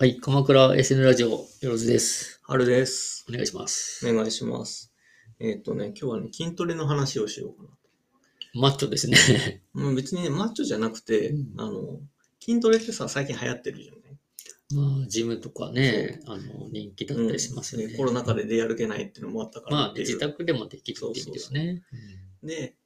はい、鎌倉 SN ラジオ、よろずです。春です。お願いします。お願いします。えっ、とね、今日はね、筋トレの話をしようかマッチョですね。 な。もう別にね、マッチョじゃなくて、うんあの、筋トレってさ、最近流行ってるじゃないまあ、ジムとかね、あの、人気だったりしますよね。でコロナ禍で出歩けないっていうのもあったからまあ、っていう自宅でもできるっていう意味ではね。で、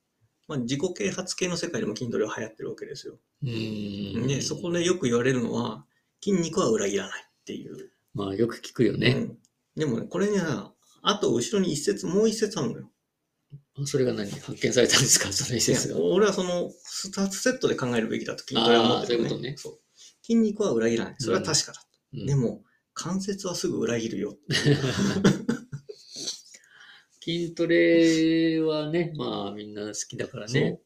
まあ、自己啓発系の世界でも筋トレは流行ってるわけですよ。うで、そこでよく言われるのは、筋肉は裏切らないっていう。まあ、よく聞くようね。んでもね、これね、あと後ろに一節、もう一節あるのよ。それが何発見されたんですかその施設がいや。俺はその2つセットで考えるべきだと筋トレは思ってる、あーそういうことねそう筋肉は裏切らない。それは確かだ。うんでも、関節はすぐ裏切るよ。筋トレはね、まあ、みんな好きだからね。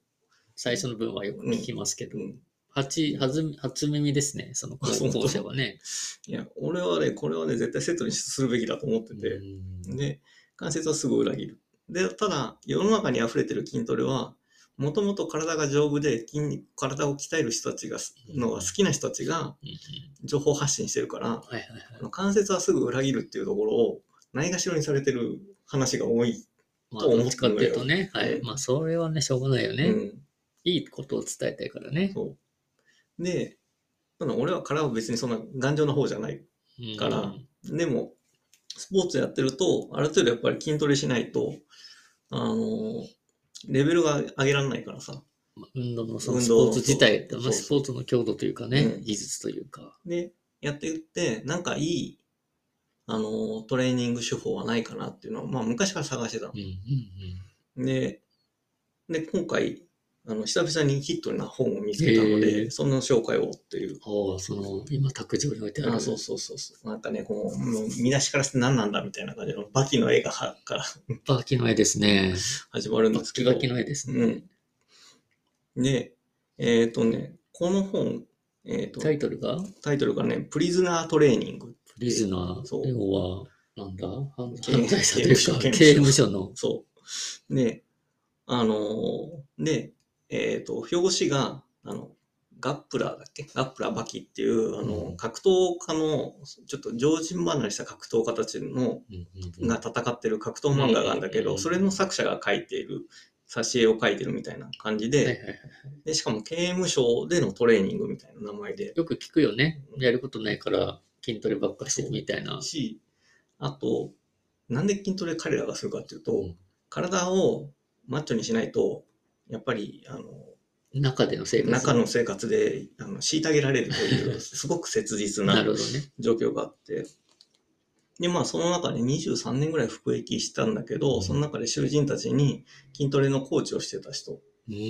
最初の分はよく聞きますけどう。ん、初、初初耳ですね、そのあ そう校舎はね。いや、俺はね、これはね、絶対セットにするべきだと思ってて。うんで、関節はすぐ裏切る。で、ただ、世の中に溢れてる筋トレは、もともと体が丈夫で筋肉、体を鍛える人たちが、のが好きな人たちがうんうん情報発信してるから、はいはいはい。あの関節はすぐ裏切るっていうところを、ないがしろにされてる話が多いまあ、と思どってんだっちかよっていうとね、はい。うんまあ、それはね、しょうがないよね。うん、いいことを伝えたいからね。そう。で、ただ俺は体は別にそんな頑丈な方じゃない。うんからでも、スポーツやってると、ある程度やっぱり筋トレしないと、あのレベルが上げられないからさ。まあ運動のその運ス動ポのーツ自体、そうまあスポーツの強度というかね、うん技術というか。で、やっていって、なんかいい、あのトレーニング手法はないかなっていうのを、まあ昔から探してたうんうんの。で、で、今回、あの、久々にヒットな本を見つけたのへえで、その紹介をっていう。うん。ああ、その、今、卓上に置いてある。あそうそうそうそう。なんかね、こう、もう見出しからして何なんだみたいな感じの、バキの絵がはから バッキの絵ですね。始まるんバでッすけキど。バキの絵ですね。うん。で、えっ、とね、この本、えっ、とタイトルがタイトルがね、プリズナートレーニング。プリズナそー、う要は、なんだ犯刑犯罪者というか、刑刑務務所所の。そう。で、あのーで、えっ、と、表紙が、あの、ガップラーだっけガップラーバキっていう、あうのん、格闘家の、ちょっと常人離れした格闘家たちのうんうんうんが戦ってる格闘漫画があるんだけうんうんうんうんど、それの作者が書いている、挿絵を書いてるみたいな感じはいで、はいはいでしかも刑務所でのトレーニングみたいな名前で、よく聞くよね。やることないから筋トレばっかしてるみたいな。し、あと、なんで筋トレ彼らがするかっていうと、うん体をマッチョにしないと、やっぱり、あの、中での生活。中の生活で、あの、虐げられるという、すごく切実ななるほどね。状況があって、で、まあ、その中で23年ぐらい服役したんだけど、その中で囚人たちに筋トレのコーチをしてた人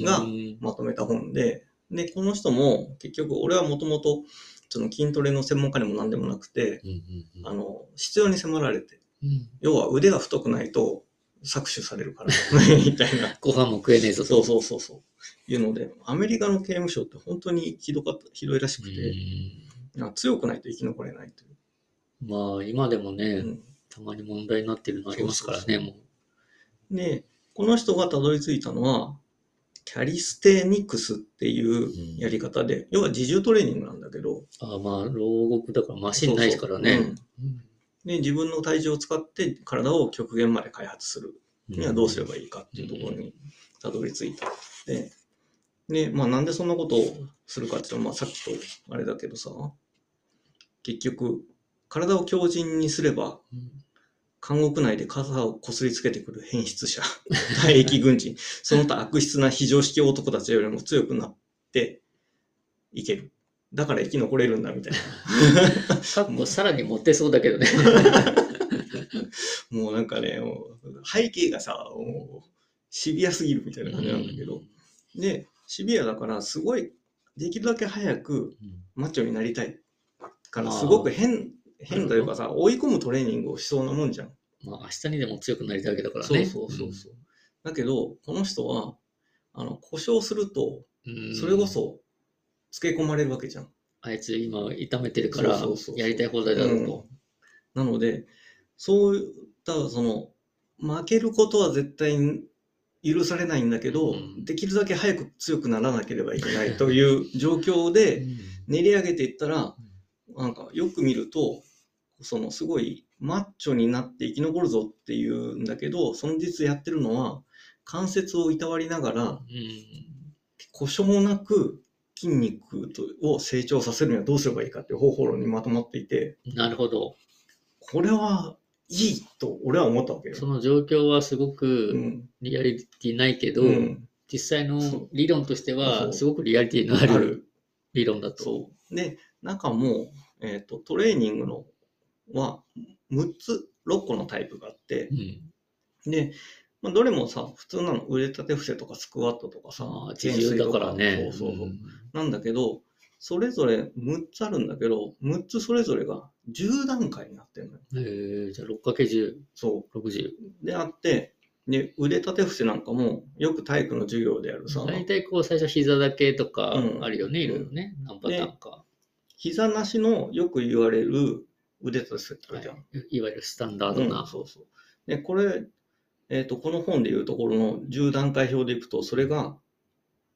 がうんまとめた本で、で、この人も結局、俺はもともと、その筋トレの専門家でも何でもなくて、うんうんうんあの、必要に迫られて、うん要は腕が太くないと搾取されるから、 みたいな。ご飯も食えねえぞそうと。そうそうそう。いうので、アメリカの刑務所って本当にひどかった、ひどいらしくて、なんか強くないと生き残れないという。うんまあ今でもね、うんたまに問題になってるのありますからね、そうそうもで、この人がたどり着いたのは、キャリステニクスっていうやり方で、要は自重トレーニングなんだけど、う。あまあ牢獄だからマシンないからそうそうね。うんで自分の体重を使って体を極限まで開発するうんにはどうすればいいかっていうところにたどり着いた。で、でまあ、なんでそんなことをするかっていうと、まあ、さっきとあれだけどさ、結局、体を強靭にすれば、うん監獄内で傘をこすりつけてくる変 質者、退役軍人、その他悪質な非常識男たちよりも強くなっていける。だから生き残れるんだみたいな。かっこさらにモテそうだけどね。もうなんかね、もう背景がさ、もうシビアすぎるみたいな感じなんだけど、で、シビアだから、すごい、できるだけ早くうんマッチョになりたいから、あーすごく変、変というかさ、追い込むトレーニングをしそうなもんじゃん。まあ明日にでも強くなりたいわけだからそうね。そうそうそう。だけど、この人は、あの、故障すると、うん。それこそ、漬け込まれるわけじゃん。あいつ今痛めてるからそうそうそうそうやりたい放題だろうと。なので、そういったその負けることは絶対に許されないんだけど、うんできるだけ早く強くならなければいけない という状況で、練り上げていったら、なんかよく見ると、そのすごいマッチョになって生き残るぞっていうんだけど、その実やってるのは、関節をいたわりながら、故障なく筋肉とを成長させるにはどうすればいいかっていう方法論にまとまっていて、うんなるほど。これはいいと俺は思ったわけよ。その状況はすごうくんリアリティないけど、うん実際そうの理論としてそはうすごくリアリティのああるる。理論だと。そう。で、なんかもう、えっ、と、トレーニングのは6つ、6個のタイプがあって、うんで、まあ、どれもさ、普通なの腕立て伏せとかスクワットとかさああ、、自懸垂由だとからね。そうそうそううんなんだけど、それぞれ6つあるんだけど、6つそれぞれが10段階になってるのよ。えーじゃあ 6×10、そ60。う。であって、で、腕立て伏せなんかも、よく体育の授業でやるさ、大体こう最初膝だけとかうんあるよね、いろいろね。何パターンか。膝なしのよく言われる腕立て伏せってあはるじゃん。い、いわゆるスタンダードう、。なんそうそう。で、これ、えっ、と、この本でいうところの10段階表でいくと、それが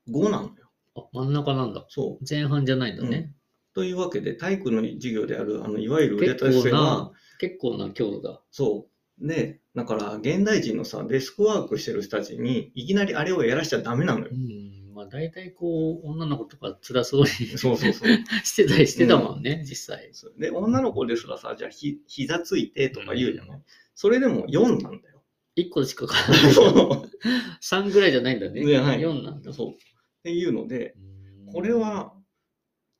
5なのよ。あ真ん中なんだ。そう。前半じゃないんだね。というわけで、体育の授業である、あの、いわゆる腕結立構て伏せがな、、結構な強度だ。そう。で、だから、現代人のさ、デスクワークしてる人たちに、いきなりあれをやらしちゃダメなのよ う。ん。まあ大体こう、女の子とか辛そうに そうそうそう。してたりしてたもんね、実際。そうで、女の子ですらさ、じゃあ、ひ、膝ついてとか言うじゃない。それでも4な んだよ。 1個しかかそ3ぐらいじゃないんだね。いやはい4なんだう。。そう。っていうので、うんこれは、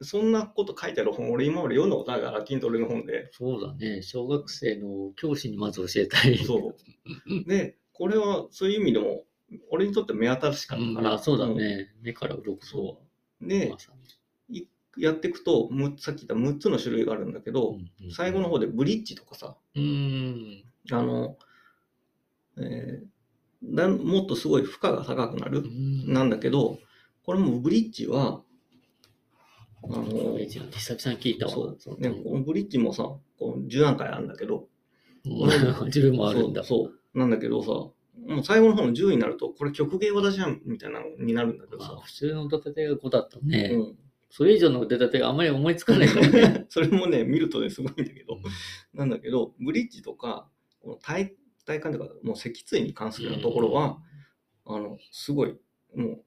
そんなこと書いてある本、俺今まで読んだことあるから、筋トレの本で。そうだね。小学生の教師にまず教えたい。そう。 で、これはそういう意味でも、俺にとって目新しかったかうんら、あそうだね。目から鱗そ。そうう。でま、さにやっていくと、むさっき言った6つの種類があるんだけど、うんうん最後の方でブリッジとかさ、うん。あの、えーだんもっとすごい負荷が高くなうる、んなんだけど、これもブリッジは、あの、イメージなんて久々に聞いたわ。そうそのね、このブリッジもさ、こう10段階あるんだけど、うん 自分もあるんだ。そうそう。なんだけどさ、もう最後の方の10になると、これ極限私じゃんみたいなのになるんだけどまさあ、。普通の立て手が5だったね。うん、それ以上の腕立てがあまり思いつかない からね。それもね、見るとね、すごいんだけど、なんだけど、ブリッジとか、この体体幹とか、もう脊椎に関するようなところは、あの、すごい、もう、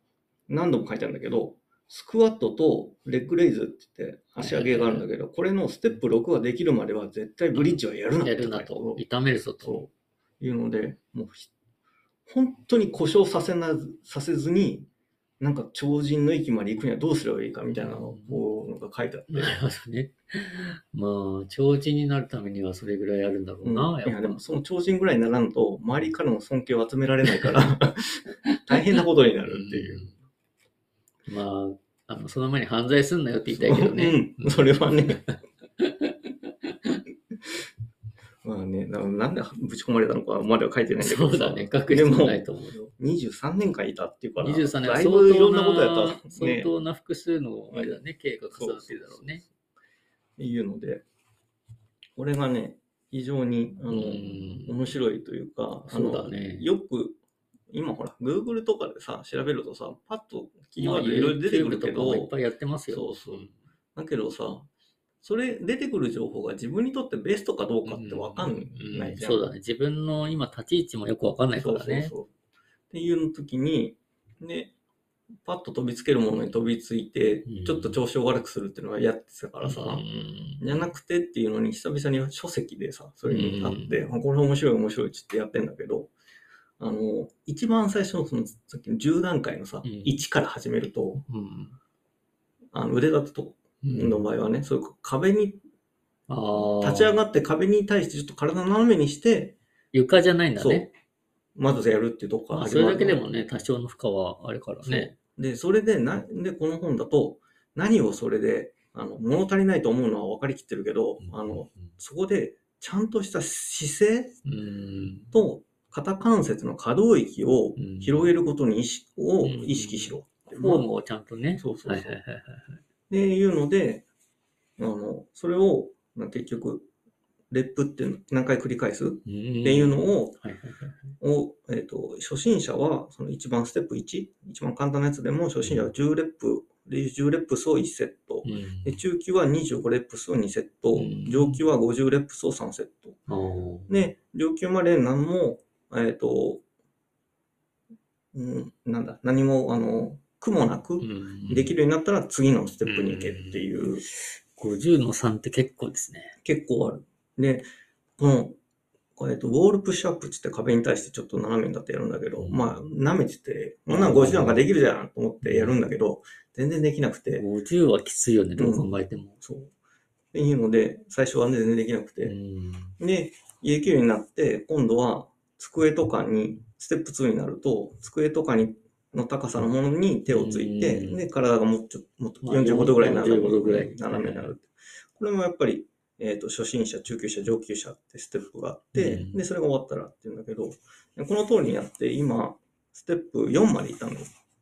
何度も書いてあるんだけど、スクワットとレッグレイズって言って足上げがあるんだけど、これのステップ6ができるまでは絶対ブリッジはやるなやるなと。痛めるぞと。そういうので、もうひ本当に故障させなさせずに、なんか超人の域まで行くにはどうすればいいかみたいなのをこうなんか書いてあって。なるほどね。まあ、超人になるためにはそれぐらいあるんだろうな、いややっでぱもその超人ぐらいにならんと周りからの尊敬を集められないから 大変なことになるっていう。うん。まあ、あのその前に犯罪すんなよって言いたいけどね。うん、それ はね。まあね、ななんでぶち込まれたのかまでは書いてないんだけどそさうだね。書く必でも要ないと思うよ。 23年間いたっていうから、 23年はだい相ぶいろ当んなことやっなた、ね。相当な複数のあれだね、経過が重なってるだろうね。っていうので、これがね、非常にあのうん面白いというか、あそのうだね。よく、今ほら、Google とかでさ、調べるとさ、パッとキー今ワードいろいろ出てくる YouTube けとかもいっど、ぱいやってますよ。そうそうだけどさ、それ出てくる情報が自分にとってベストかどうかってわかんないじゃん。うそうだね。自分の今立ち位置もよくわかんないからね。そうそうそうっていう時に、で、パッと飛びつけるものに飛びついて、うんちょっと調子を悪くするっていうのはやってたからさ、うんじゃなくてっていうのに久々に書籍でさ、それにあって、うあこれ面白い面白いっつってやってんだけど、あの、一番最初のそのさっきの10段階のさ、うん1から始めると、うんあの腕立てとうんの場合はね、そういう壁に、あー立ち上がって壁に対してちょっと体斜めにして、床じゃないんだそうね。、まずやるっていうとこかまらあ、始そまれるのだけでもね、多少の負荷はあるからね。で、それでな、で、この本だと、何をそれで、あの、物足りないと思うのは分かりきってるけど、あの、、そこで、ちゃんとした姿勢うん。と肩関節の可動域をうん広げることに意識をうん意識しろ。フォームをちゃんとね。そうそはうそう。いっはいはいはい。ていうので、あの、それを、まあ結局、レップって何回繰り返すっってていいうのを、はいはいはいをえっと初心者はその一番ステップ1、一番簡単なやつでも初心者は10レップ、で10レップスを1セット、うんで中級は25レップスを2セットうん、上級は50レップスを3セット。あーで、上級まで何も、えっ、と、うん、なんだ、何も、あの、苦もなくうんできるようになったら次のステップに行けっていう、 50の3って結構ですね。結構ある。で、この、これえっと、ウォールプッシュアップっつって壁に対してちょっと斜めに立ってやるんだけど、うんまあ、舐めてて、こんなん50なんかできるじゃんと思ってやるんだけど、全然できなくて、 50はきついよね、どう考えても。そう。っていうので、最初は全然できなくて、うんで、できるようになって、今度は机とかに、ステップ2になると、机とかにの高さのものに手をついて、うんで、体がもっと、もっとまあ45度ぐらいになる。 45度ぐらい斜めになる。これもやっぱり、えっ、と、初心者、中級者、上級者ってステップがあって、うんで、それが終わったらっていうんだけど、でこの通りにやって、今、ステップ4までいったのよ。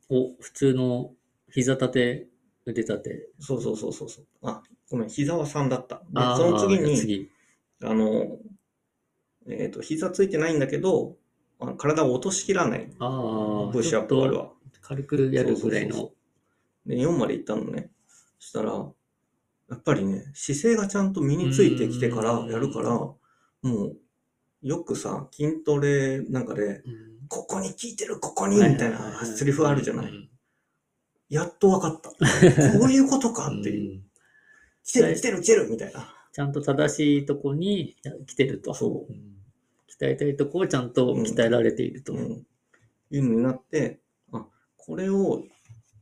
お、普通の膝立て、腕立て。そうそうそうそうそう。あ、ごめん、膝は3だった。であーその次じゃあに、次。あの、えっ、と、膝ついてないんだけど、あ体を落としきらないああ、プッシュアップがあるわ。軽くやるぐらいそうの。で、4まで行ったのね。そしたら、やっぱりね、姿勢がちゃんと身についてきてからやるから、もう、よくさ、筋トレなんかで、うんここに効いてる、ここに、みたいなセリフあるじゃなうんい。やっとわかった。こういうことかっていう。うん来てる、来てる、来てるみたいな。ちゃんと正しいとこにや来てると。そうん鍛えたいとこをちゃんと鍛えられていると。うん、いうのになって、あ、これを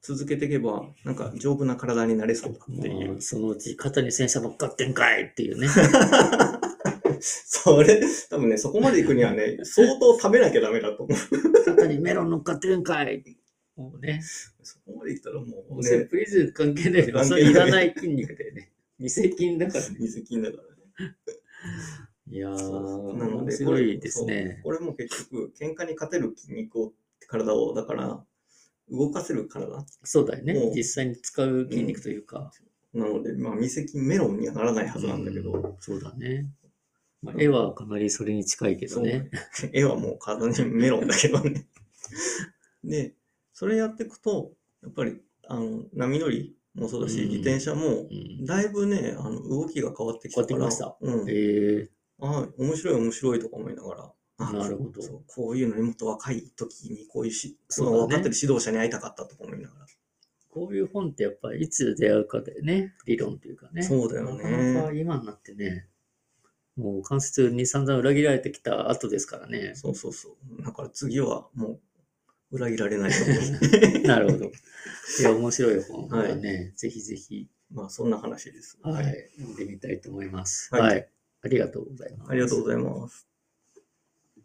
続けていけば、なんか丈夫な体になれそうだっていう。まあそのうち肩に戦車ばっかってんかいっていうね。 それ、多分ね、そこまで行くには ね、相当食べなきゃダメだと思う。肩にメロン乗っかってるんかいもうね。そこまで行ったらももううそれね、プリズム関係ないから、そ関係ないれいらない筋肉だよ ね。未成筋だからね。水金だからね。いやそうー、なの面で、こ白れいですそうね。これも結局、喧嘩に勝てる筋肉を、体を、だから、動かせる体そうだよねもう。実際に使う筋肉というか。なので、まあ、未石メロンにはならないはずなんだけど、うんそうだね。まあ、絵はかなりそれに近いけどね。 絵はもう完全にメロンだけどね。 で、それやっていくと、やっぱり、あの、波乗りもそうだし、うん自転車も、うんだいぶね、あの、動きが変わってきたから。変わってきましたうん。えー、ああ、面白い面白いとか思いながら。あなるほどそうこういうのにもっと若い時に、こういうし、そそうのだね分かってる指導者に会いたかったとか思いながら。こういう本ってやっぱりいつ出会うかだよね。理論というかね。そうだよねなかなか今になってね。もう関節に散々裏切られてきた後ですからね。そうそうそう。だから次はもう、裏切られないよ うに。なるほど。いや、面白い本だね。ぜひぜひ、まあ、そんな話です。はい、読んでみたいと思います。はいはい。ありがとうございます。ありがとうございます。